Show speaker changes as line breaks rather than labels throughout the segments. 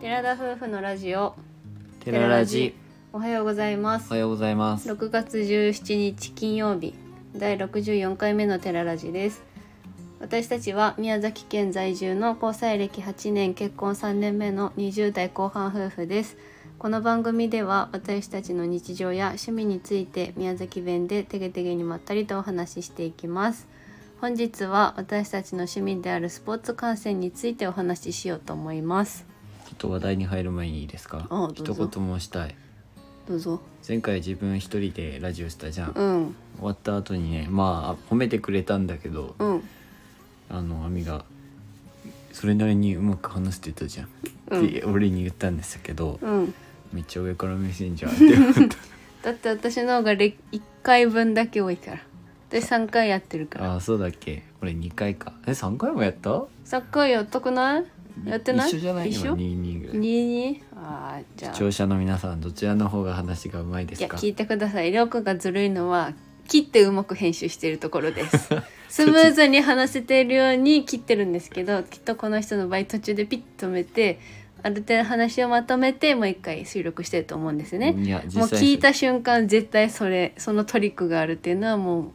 田夫婦のラジオ
テララジ
おはようございま
お
す
はようございます
6月17日金曜日第64回目のテララジです私たちは宮崎県在住の交際歴8年結婚3年目の20代後半夫婦ですこの番組では私たちの日常や趣味について宮崎弁でてげてげにまったりとお話ししていきます本日は私たちの趣味であるスポーツ観戦についてお話ししようと思います
ちょっと話題に入る前にいいですか
あど
一
うぞ
言申したい
どうぞ
前回自分一人でラジオしたじゃん終
うん
わった後にねまあ褒めてくれたんだけど
うん
あのアミがそれなりにうまく話してたじゃん
う
って俺に言ったんですけど
うん
めっちゃ上から目線じゃんって思っ
だ
た
って私の方がれ1回分だけ多いからで3回やってる から
あーそうだっけ俺2回かえ3回もやった
3回やったくないやってない
一緒じゃない
一
今
緒
22ぐらい
22あーじゃあ
視聴者の皆さんどちらの方が話がうまいで
いや
すか
聞いてくださいりょうくんがずるいのは切ってうまく編集してるところです スムーズに話せてるように切ってるんですけどきっとこの人の場合途中でピッと止めてある程度話をまとめてもう一回収録してると思うんですね、
いや
もう
実際
聞いた瞬間絶対それそのトリックがあるっていうのはも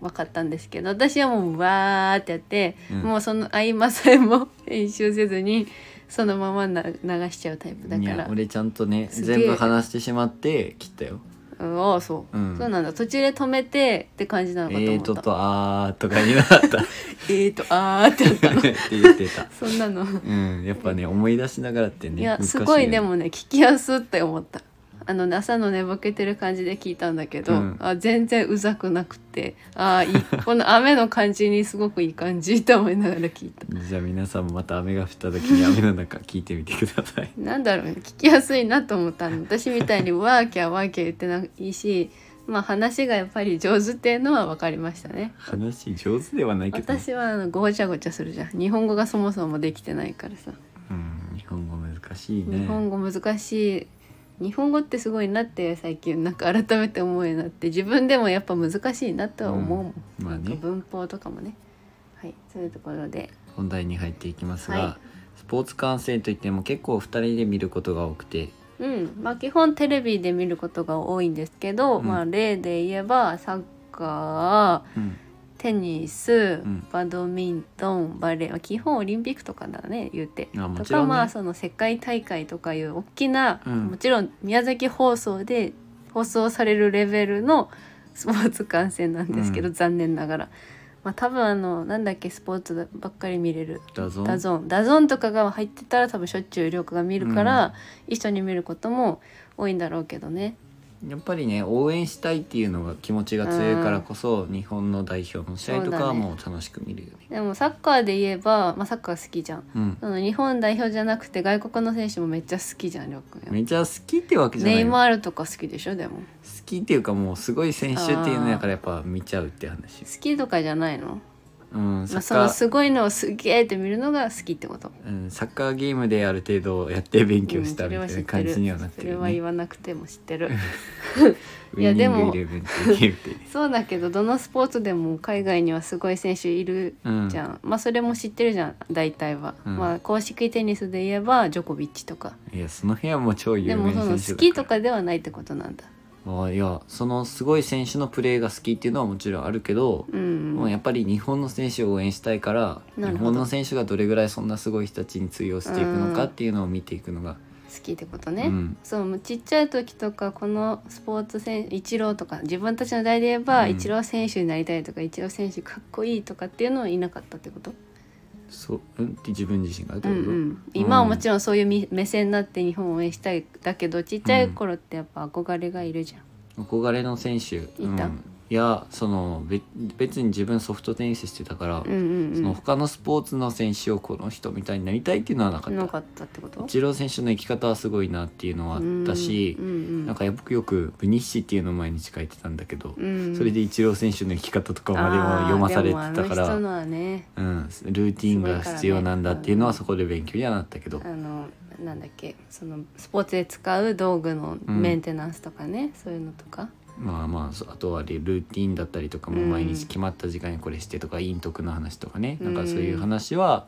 う分かったんですけど私はもうわーってやって、
うん
もうその合間さえも編集せずにそのままな流しちゃうタイプだ
い
か
や
ら
俺ちゃんとね
すげえ
全部話してしまって切ったよ
うんああそう、
うん
そうなんだ途中で止めてって感じな
「
の
え
かと思
ーと」
った
と「あー」とかになったっ
えーとあーってやったの
て言ってた
そんなの、
うんやっぱね思い出しながらってね
いや
難し
すごい
よ
でもね聞きやすって思ったあのね朝の寝ぼけてる感じで聞いたんだけど、
うん
あ全然うざくなくてあーいい この雨の感じにすごくいい感じと思いながら聞いた
じゃあ皆さんもまた雨が降った時に雨の中聞いてみてくだ さい
なんだろうね聞きやすいなと思ったの私みたいにワーキャーワーキャー言ってないしまあ話がやっぱり上手っていうのは分かりましたね
話上手ではないけどね、
私はあのごちゃごちゃするじゃん日本語がそもそもできてないからさ
うん日本語難しいね
日本語難しい日本語ってすごいなって最近なんか改めて思うようになって自分でもやっぱ難しいなとは思うもん、
うんまあね
なんか文法とかもねはいそういうところで
本題に入っていきますが、
は
スポーツ観戦といっても結構二人で見ることが多くて
うんまあ基本テレビで見ることが多いんですけど、
うん
まあ例で言えばサッカー
うん
テニス、
ん
バドミントンバレーまあ基本オリンピックとかだね言うて。
あも
と
ち
か
ろん、ね、
まあその世界大会とかいう大きな、
うん
もちろん宮崎放送で放送されるレベルのスポーツ観戦なんですけど、
うん
残念ながら。まあ多分あのなんだっけスポーツばっかり見れる
ダゾーン
ダゾーンダゾーンとかが入ってたら多分しょっちゅう力が見るから、一緒に見ることも多いんだろうけどね。
やっぱりね応援したいっていうのが気持ちが強いからこそ日本の代表の試合とかは
そうだね
もう楽しく見るよね。
でもサッカーで言えば、まあ、サッカー好きじゃん
うん、
その日本代表じゃなくて外国の選手もめっちゃ好きじゃんりょうくんよ
めちゃ好きってわけじゃな
ネ
い
イ
よ
マールとか好きでしょでも
好きっていうかもうすごい選手っていうのやからやっぱ見ちゃうって話。
好きとかじゃないの
うん、サ
まあ、
ッ
そ
カ
の
ー、
すごいのをすげーって見るのが好きってこと
うん、サッカーゲームである程度やって勉強した
うんそ
み
れ
た
はい知っ
な
て
感
る
じにはなっ
そ
て
れ
る、
は
ね
言。わなくても知 ってる
ウ
いや
ィニ
で
ン
も
グイレブンっていうゲームってね
そうだけどどのスポーツでも海外にはすごい選手いる
うん
じゃん、まあそれも知ってるじゃん大体は、
うん
まあ公式テニスで言えばジョコビッチとか
いやその辺はもう超有
で
名
もその好
選手だ
き
か
と
ら
かではないってことなんだ
あいやそのすごい選手のプレーが好きっていうのはもちろんあるけど、
うん
もうやっぱり日本の選手を応援したいから日
なるほど
本の選手がどれぐらいそんなすごい人たちに通用していくのかっていうのを見ていくのが、
好きってことね、
うん
そうもうちっちゃい時とかこのスポーツ選手イチローとか自分たちの代で言えば、
うん
イチロー選手になりたいとかイチロー選手かっこいいとかっていうのはいなかったってこと
そううんって自分自身がど
うん
うぞ、
うん、今はもちろんそういうみ目線になって日本を応援したいだけどちっちゃい頃ってやっぱ憧れがいるじゃん。
憧れの選手い
た
うん、いやそのべ別に自分ソフトテニスしてたから、
うんうん
その
う
他のスポーツの選手をこの人みたいになりたいっていうのはなかっ
ん、
た
なかったってこと
イチロー選手の生き方はすごいなっていうのはあったし、
うんうん
なんか僕よく「ブニッシ」っていうのを毎日書いてたんだけど、
うん、
それ
で
でイチロー選手の生き方とかまでも読まされてたから
あの人のはね
うん、ルーティンが必要なんだっていうのはそこで勉強にはなったけど、
あのなんだっけそのスポーツで使う道具のメンテナンスとかね、そういうのとか。
まあまあそうあとはルーティンだったりとかも
うん
毎日決まった時間にこれしてとか陰徳の話とかね、
うん
なんかそういう話は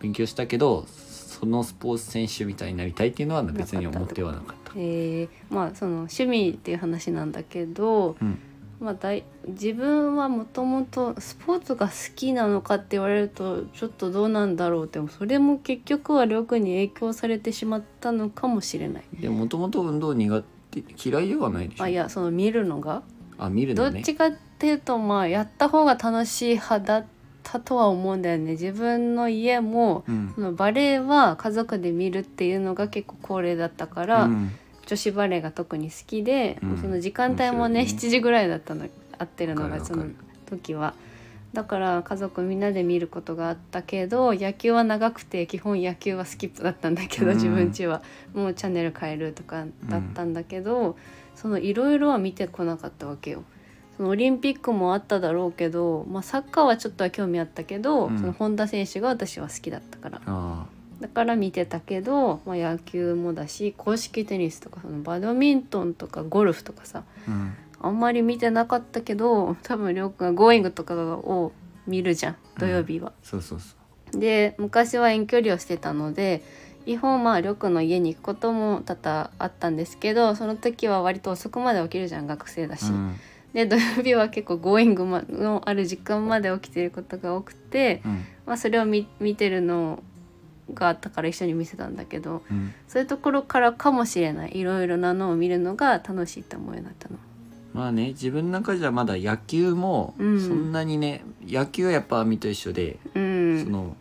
勉強したけどそのスポーツ選手みたいになりたいっていうのは別に思ってはなかった。
えーまあその趣味っていう話なんだけど、
うん
まあ、だい自分はもともとスポーツが好きなのかって言われるとちょっとどうなんだろうでもそれも結局はりょうくんに影響されてしまったのかもしれない。
でもともと運動苦手嫌いではないでしょ
あいやその見るのが
あ見る
ど
の
っ
ね
ちかっていうとまあやった方が楽しい派だったとは思うんだよね自分の家も
うん
そのバレエは家族で見るっていうのが結構恒例だったから、
うん
女子バレエが特に好きで、
うん
その時間帯もね
面白いね
7時ぐらいだったの合ってるの
わか
が
る
その
わかる
時はだから家族みんなで見ることがあったけど野球は長くて基本野球はスキップだったんだけど、
うん
自分家はもうチャンネル変えるとかだったんだけど、そのいろいろは見てこなかったわけよ。そのオリンピックもあっただろうけど、まあ、サッカーはちょっとは興味あったけど、
うん
その本田選手が私は好きだったから
あ
だから見てたけど、まあ、野球もだし公式テニスとかそのバドミントンとかゴルフとかさ
ーうん
あんまり見てなかったけど多分りょうくんが「Going」とかを見るじゃん土曜日は。
そうそうそ
で昔は遠距離をしてたので基本まありょうくんの家に行くことも多々あったんですけどその時は割と遅くまで起きるじゃん学生だし。
う、うん
で土曜日は結構「Going」まのある時間まで起きてることが多くて、
うん
まあ、それを見見てるのがあったから一緒に見せたんだけど。
うん、
そういうところからかもしれないいろいろなのを見るのが楽しいって思うようになったの。
まあね自分の中じゃまだ野球もそ
うん
んなにね、野球はやっぱ網と一緒で、
う
そ
ん、
の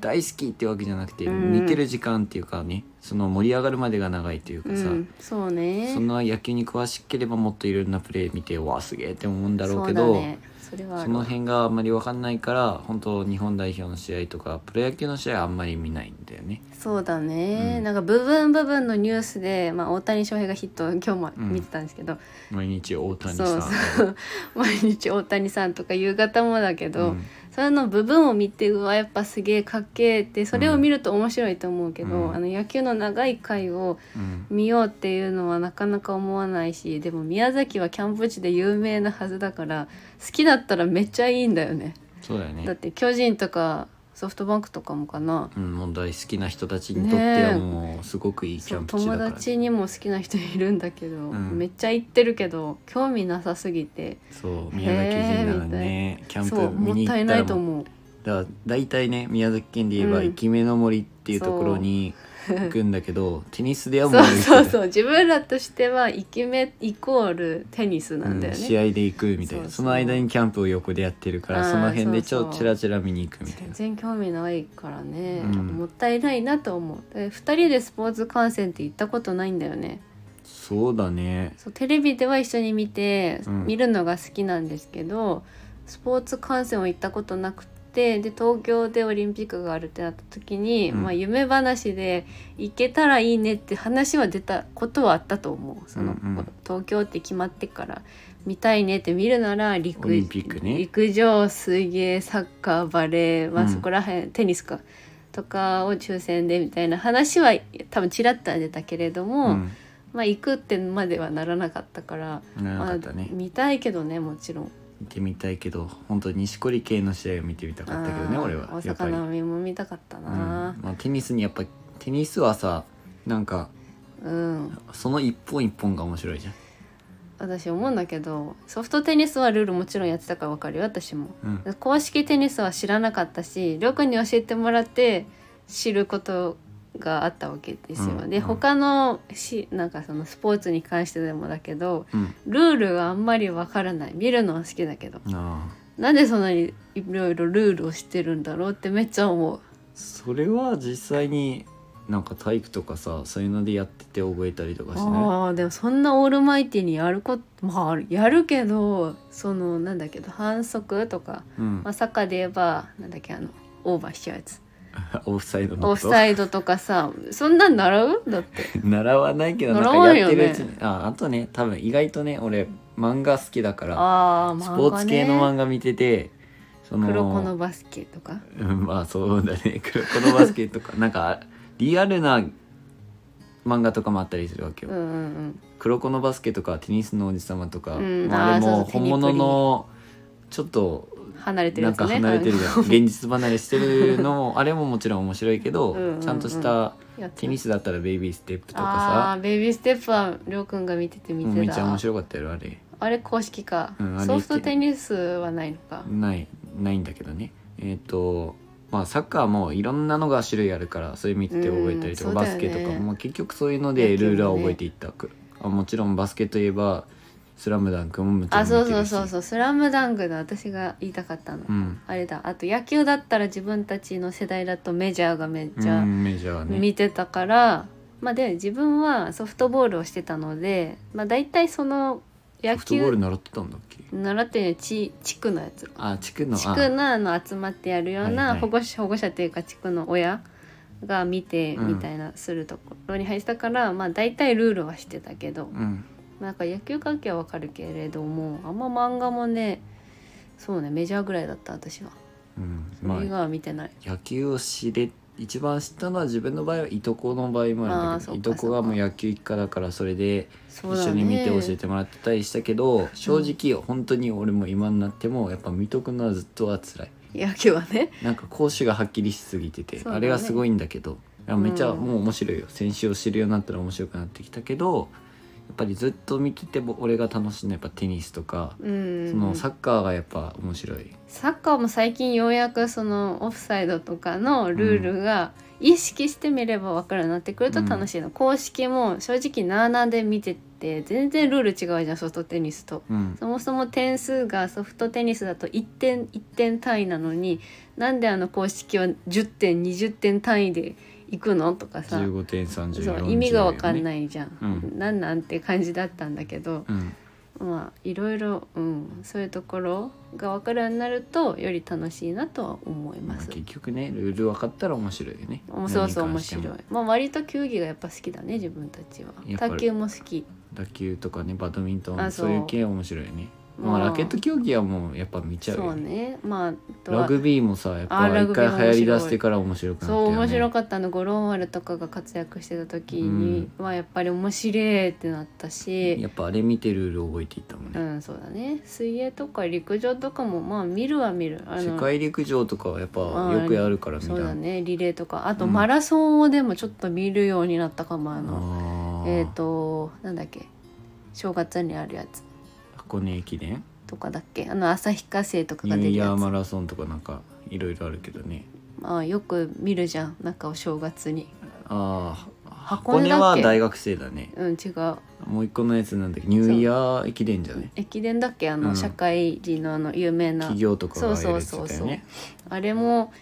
大好きってわけじゃなくて、
うん
見てる時間っていうかねその盛り上がるまでが長いというか
う
さ、
ん、そうね
そんな野球に詳しければもっといろんなプレー見てわあすげえって思うんだろうけ
そ
ど
だねそれはあ
そ
る
の辺があんまり分かんないから本当日本代表の試合とかプロ野球の試合はあんまり見ないんだよね。
そうだね、
うん
なんか部分部分のニュースで、まあ、大谷翔平がヒットを今日も
うん
見てたんですけど、
毎日大谷さん
そうそう毎日大谷さんとか夕方もだけど、
うん
それの部分を見てうわやっぱすげえかっけえってそれを見ると面白いと思うけど、
うん
あの野球の長い回を
うん
見ようっていうのはなかなか思わないしでも宮崎はキャンプ地で有名なはずだから好きだったらめっちゃいいんだよね
そうだよ
だっ
ね、
て巨人とかソフトバンクとかもかな
うん、もう大好きな人たちにとってはもうすごくいいキ
そ
ャン
う
プ地だ
友
から、
達にも好きな人いるんだけど、
ん
めっちゃ行ってるけど興味なさすぎて
そう宮崎人ならねキャン
そう
プ
も
見
っ
に
た
行
い
った
な
ら
いと
もう
思う
だから大体ね宮崎県で言えば
うん
生き目の森っていうところに行くんだ けど、テニスでは
そ
も
ううそう
う
そう自分らとしてはイケメンイコールテニスなんだよ
ん
ね、
試合で行くみたいな
そうそう
その間にキャンプを横でやってるか
あ
ら
ー
その辺でちょ
そうそう
ちらちら見に行くみたい
全
な
然興味ないからね、
うん
もったいないなと思うで2人でスポーツ観戦って行ったことないんだよね
そうだね
そうテレビでは一緒に見て、
うん
見るのが好きなんですけどスポーツ観戦を行ったことなくてで東京でオリンピックがあるってなった時に、
うん
まあ、夢話で行けたらいいねって話は出たことはあったと思うその、
うんうん
東京って決まってから見たいねって見るなら陸
オリンピックね
陸上水泳サッカーバレー、ま
う
あ、
ん
そこら辺、テニスかとかを抽選でみたいな話は多分ちらっとは出たけれども。
うん
まあ行くってまではならなかったから、
な
ま
か
あ
ったね、
見たいけどねもちろん
見てみたいけど本当錦織系の試合を見てみたかったけどね
あー
俺は
大
やっぱ
阪
り、
な
う
んおみも見たかったな
まあ、テニスにやっぱテニスはさなんか
うん、
その一本一本が面白いじゃ
私思うんだけどソフトテニスはルールもちろんやってたからわかるよ私も
ん、うん、
公式テニスは知らなかったしりょうくんに教えてもらって知ることがあったわけですよ、
うん
で
うん
他のしなんかそのスポーツに関してでもだけど
うん、
ルールがあんまりわからない見るのは好きだけど
ああ
なんでそんなにいろいろルールをしてるんだろうってめっちゃ思う
それは実際になんか体育とかさそういうのでやってて覚えたりとかしな
あ
い
ーでもそんなオールマイティにやることまあやるけどそのなんだけど反則とか、
うん
まあ、サッカーで言えばなんだっけあのオーバーしちゃうやつ
オフサイドの
オ
こ
フ
と
サイドとかさそんなん習うだって
習わないけどなん
習わ
か
ん
や
よ
っ
ね
てるうちに、ああとね多分意外とね俺漫画好きだから
ああ
スポーツ系の
画
漫画見ててそ
ね
の
黒子のバスケとか
うんまあそうだね 黒子のバスケとかなんかリアルな漫画とかもあったりするわけ
う
よ、
んうん
黒子のバスケとかテニスの王子様とか、
うん
まあ、あれ
あーそう
も
そう
本物のちょっと
離れてる
な
や
ん
つね
か離れてるやん、現実離れしてるのも あれももちろん面白いけど
うんうんうん
ちゃんとした
うんやつ
テニスだったらベイビーステップと
あ
か
ーベイビーステップはりょうくんが見てて
さ
見
もうめ
て
っちゃ面
た
白かったよあれ
あれ公式か、
うんあれ
ソフトテニスはないのか
ないないんだけどねえっ、とまあサッカーもいろんなのが種類あるからそれ見て覚えたりとか、
うん
バスケと
そうだ
か
よね
も結局そういうので
野球もね
ルールは覚えていったく、あもちろんバスケといえば「スラムダンクももちろん
あ
見てる
そ
し
うそうそうそう「スラムダンクだ私が言いたかったの、
うん、
あれだあと野球だったら自分たちの世代だとメジャーがめっち
う
ゃ
んメジャーね
見てたから、まあで自分はソフトボールをしてたのでまあ大体その野
ソフトボール
球
習ってたんだっけ
習ってるのは地地区のやつ
あ地区の
地
あ
区のあの集まってやるよう
はいは
ない保護者保護者っていうか地区の親が見て
うん
みたいなするところに入ってたから、まあ大体ルールはしてたけど、
うん
なんか野球関係はわかるけれどもあんま漫画もねそうねメジャーぐらいだった私は
うん
そ
ま
れ以
あ
外は見てない、
野球を知れ一番知ったのは自分の場合はいとこの場合もあるんだけど
あーそうか
いとこがもう野球一家だからそれで
そう
一
だ
緒
ね
に見て教えてもらってたりしたけど、正直本当に俺も今になってもやっぱ見とくのはずっとは辛い
野球はね
なんか攻守がはっきりしすぎてて、
そうだね
あれはすごいんだけどいやめっちゃ
うん
もう面白いよ選手を知るようになったら面白くなってきたけどやっぱりずっと見てても俺が楽しいのはやっぱテニスとか、
うん
そのサッカーがやっぱ面白い
サッカーも最近ようやくそのオフサイドとかのルールが意識してみれば分かるようになってくると楽しいの、公式も正直なあなあで見てて全然ルール違うじゃんソフトテニスと。
うん
そもそも点数がソフトテニスだと1点1点単位なのになんであの公式は10点20点単位でいくのとかさ
15点34
そう意味が分かん
い、
ないじゃん、
う
なんなんて感じだったんだけど
うん、
まあいろいろ、うん、そういうところが分かるようになるとより楽しいなとは思い
まあ
ます。
結局ねルール分かったら面白いよね
おもそうそう
何に
面
関して
白
も
い。まあ割と球技がやっぱ好きだね自分たちは
や。っぱり
卓球も好き。
打球とかねバドミントン
あ
そう
そう
いう系面白いよねまあ
うん
ラケット競技はもうやっぱ見ちゃう
そ
よ
う
ね
ね。まああとは
ラグビーもさやっ
あ
ぱ
ラ
一
グビー
回
も面白い
流行り出してから面白くなった
そう
よね
面白かったのゴロンワルとかが活躍してた時にはやっぱり面白いってなったし、
やっぱあれ見てルール覚えていったもん
う
ね、
んそうだね水泳とか陸上とかもまあ見るは見るあ
世界陸上とかはやっぱ
あー
よくやるからみたい
そう
な
だねリレーとかあと
うん
マラソンをでもちょっと見るようになったかもあの、
あ
えっ、
ー
となんだっけ正月にあるやつ
箱根駅伝
とかだっけあの旭化成とか
ニ
が
ュ
出
ー
る
イヤ
や
ー
つ、
マラソンとかなんかいろいろあるけどね
まあ、よく見るじゃんなんかお正月に
ああ
箱
箱
根
根
だっけ
は大学生だね
うん違う
もう一個のやつなんだっけニューイヤー駅伝じゃない
駅伝だっけあの、
うん
社会人のあの有名な
企業とかがやるやつ
そ
だ
うそうそ
よ
うそう
ね
あれも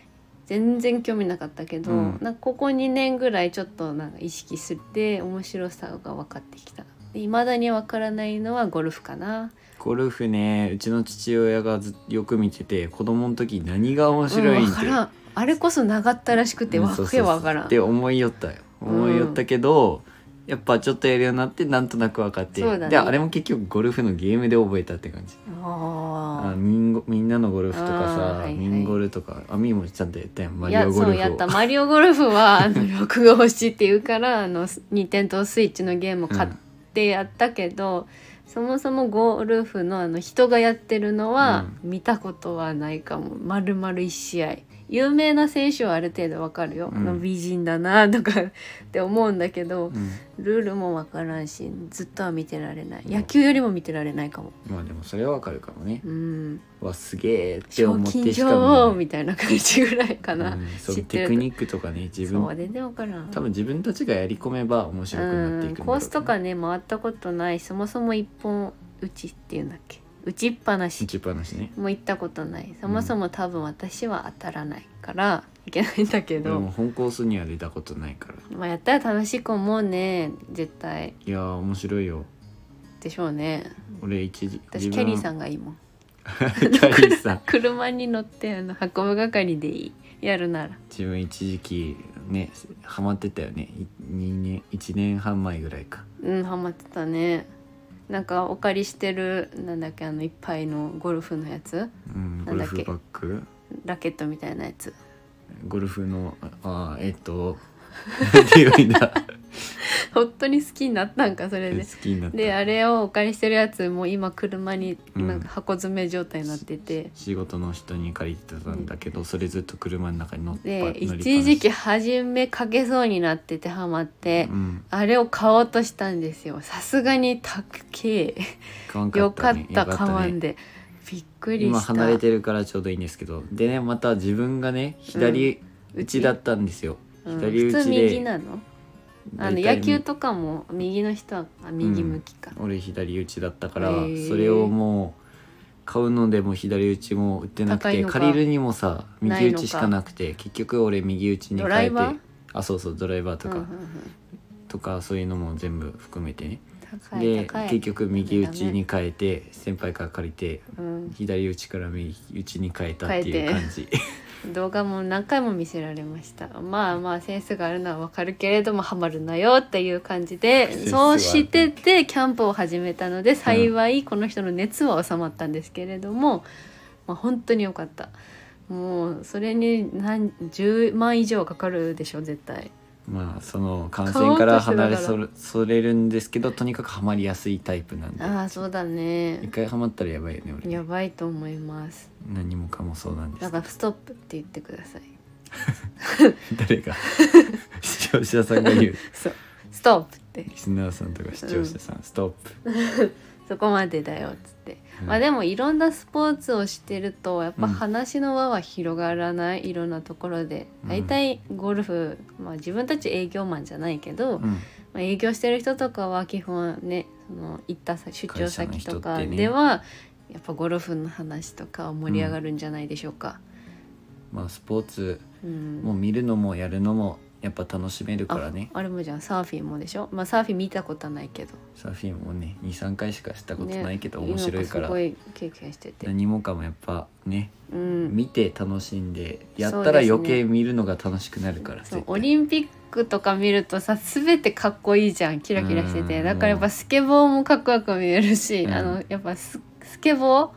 全然興味なかったけど、
うん
なんかここ2年ぐらいちょっとなんか意識して面白さが分かってきたいまだに分からないのはゴルフかな
ゴルフねうちの父親がずよく見てて子供の時何が面白い
うんん、
て
分からんあれこそ長ったらしくて
うん
わ
そうそう
け
そう
分からん
って思いよったよ思いよったけど、やっぱちょっとやるようになってなんとなく分かって、
そうだね
であれも結局ゴルフのゲームで覚えたって感じあ
あ
ミンゴみんなのゴルフとかさ、
あーはいはい
ミンゴルとかあみーもちゃんとやったやん
あ
マ
い
リ
や
オゴ
そ
ル
うや
フ
っ
を
たマリオゴルフはあの録画欲しいって言うからあの任天堂スイッチのゲームを買ってやったけど、そもそもゴルフのあの人がやってるのは見たことはないかも、まるまる1試合有名な選手はある程度わかるよ、
うん
あの美人だなとか って思うんだけど
うん
ルールもわからんしずっとは見てられない
うん
野球よりも見てられないかも
まあでもそれは分かるかもね
うん
わすげえって
賞
思って
金
しかも
女王みたいな感じぐらいかな、
うん、そう
知って
テ
る
クニックとかね自
そう
分
全然わからん
多分自分たちがやり込めば面白くなっていくんだろう
う
けどね
んコースとかね回ったことないそもそも一本打ちっていうんだっけ打ちっぱな
打
し
ちっぱなしね
も行ったことないそもそも多分私は当たらないからいけないんだけ
で
ど、
も本コースには出たことないから
まあやったら楽しい子もうね絶対
いやー面白いよ
でしょうね
俺一時
私キャリーさ
ん
んがいいもん
キャリーさん
車に乗ってあの運ぶ係でいいやるなら
自分一時期ねハマってたよねい二年1年半前ぐらいか
うんハマってたねなんかお借りしてるなんだっけあのいっぱいのゴルフのやつ
うん
な
ゴ
んだ
ル
っけ
フバッグ
ラケットみたいなやつ
ゴルフのああーえっとなんて言えばいいんだ
本当に好きになったんかそれ
で
で
好きになった
であれをお借りしてるやつも今車に
うん
なんか箱詰め状態になってて、
仕事の人に借りてたんだけど、それずっと車の中に乗っ
で
乗りっぱなし
一時期初めかけそうになっててハマって、
うん
あれを買おうとしたんですよさすがに高え
買わんか
よ
っ
か
た
っ
ね
た
よ
買わん
ね
でびっくりした
今離れてるからちょうどいいんですけどでねまた自分がね左打ちだったんですよ、
うん
左打
普
ち
通
で
右なのあの
大体
野球とかも右の人はあ右向きか、
俺左打ちだったから、
へー
それをもう買うのでも左打ちも売ってなく
高い
て
のか
借りるにもさ
ないの
右打
か
ちしかなくて結局俺右打ちに
ドラ
変
イ
えて
バー
あそうそうドライバーとか、
うんうんうん
とかそういうのも全部含めてね、
高い
で
高い
結局右打ちに変えて先輩から借りて
うん、
左打ちから右打ちに変えたっていう感じ
動画も何回も見せられましたまあまあセンスがあるのはわかるけれどもハマるなよっていう感じ
セン
で
スは
そ
あ
う
る
しててキャンプを始めたので幸いこの人の熱は収まったんですけれども、まあ、本当に良かったもうそれに何10万以上かかるでしょ絶対
まあその感染から
買おうとしてたから
離れそれそれるんですけどとにかくハマりやすいタイプなんで
ああそうだ
一
ね
回ハマったらやばいよね俺
やばいと思います
何もかもそうなんです
だからストップって言ってください
誰か 視聴者さんが 言う
そうストップって
リスナーさんとか視聴者さん、ストップ
そこまでだよっつって、
うん
まあでもいろんなスポーツをしてるとやっぱ
うん
話の輪は広がらない、いろんなところで
うん
大体ゴルフ、まあ、自分たち営業マンじゃないけど、ま
うん
あ、営業してる人とかは基本ねその行ったさ出張
会
先
社の人
と
っ
か
てね
では、やっぱゴルフの話とかは盛り上がるんじゃないでしょうか。
まあスポーツ
うん
もう見るのもやるのもやっぱ楽しめるからね
ああれもじゃんサーフィンもでしょ、まあ、サーフィン見たことはないけど
サーフィンもね23回しかしたこと
ね
ないけど、面白いか
な
ら
んすごい経験してて、
何もかもやっぱね、
うん、
見て楽しんでやっ
そう
たら
ですね
余計見るのが楽しくなるから
そう
絶対
オリンピックとか見るとさ全てかっこいいじゃんキラキラして
う
て
ん
だからやっぱスケボーもかっこよく見えるし、
うん
あのやっぱススケボー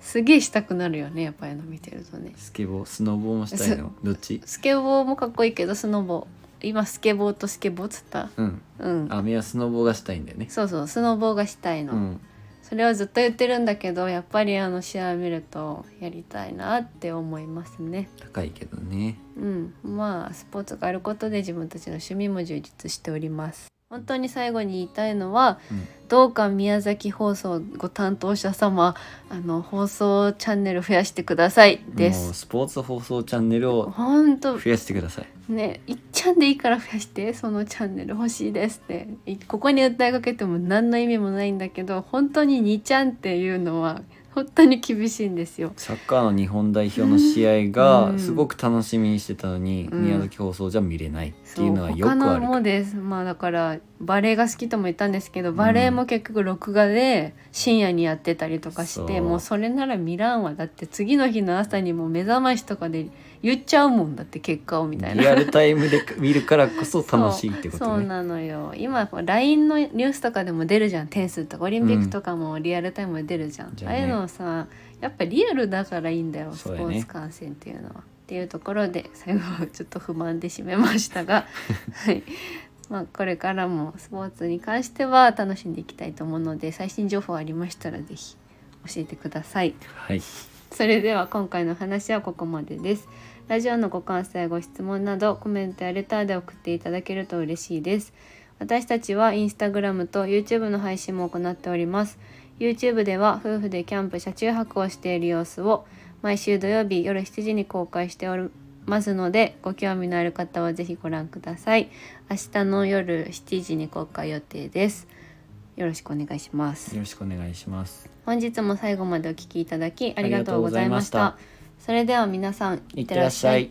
すげえしたくなるよねやっぱりの見てるとね
スケボースノボーもしたいのどっち
スケボーもかっこいいけどスノボ今スケボーとスケボーっつった
うん
うん
あみはスノボーがしたいんだよね
そうそうスノボーがしたいの、
うん
それはずっと言ってるんだけどやっぱりあの試合見るとやりたいなって思いますね
高いけどね
うん、まあスポーツがあることで自分たちの趣味も充実しております本当に最後に言いたいのは、
うん
どうか宮崎放送ご担当者様あの放送チャンネル増やしてくださいで
も
す
うスポーツ放送チャンネルを
本当
増やしてください
ねいっちゃんでいいから増やしてそのチャンネル欲しいですっていここに訴えかけても何の意味もないんだけど本当に2ちゃんっていうのは本当に厳しいんですよ
サッカーの日本代表の試合
うん
がすごく楽しみにしてたのに、
うん
宮崎放送じゃ見れないって
そう
いうのはよく
他
あ
の
る
もですまあだからバレエが好きとも言ったんですけどバレエも結局録画で深夜にやってたりとかして、
そう
もうそれなら見らんわだって次の日の朝にもう目覚ましとかで言っちゃうもんだって結果をみたいな
リアルタイムで見るからこそ楽しいってこ
そうそ
と
う
ね
なのよ今ほら LINE のニュースとかでも出るじゃん点数とかオリンピックとかもリアルタイムで出るじゃん、
じ
あ
ゃあ
あ
ね
いうのさやっぱリアルだからいいんだよ、ス
そ
ポ
うだね
ーツ観戦っていうのは。っていうところで最後はちょっと不満で締めました が、はいまあ、これからもスポーツに関しては楽しんでいきたいと思うので最新情報ありましたら是非教えてください。
はい
それでは今回の話はここまでです。ラジオのご感想やご質問などコメントやレターで送っていただけると嬉しいです。私たちはインスタグラムと YouTube の配信も行っております。YouTube では夫婦でキャンプ車中泊をしている様子を毎週土曜日夜7時に公開しておりますのでご興味のある方はぜひご覧ください。明日の夜7時に公開予定です。よろしくお願いします。
よろしくお願いします
本日も最後までお聞きいただきありがとうございました
ありがとうござい
それでは皆さん
いってらっしゃい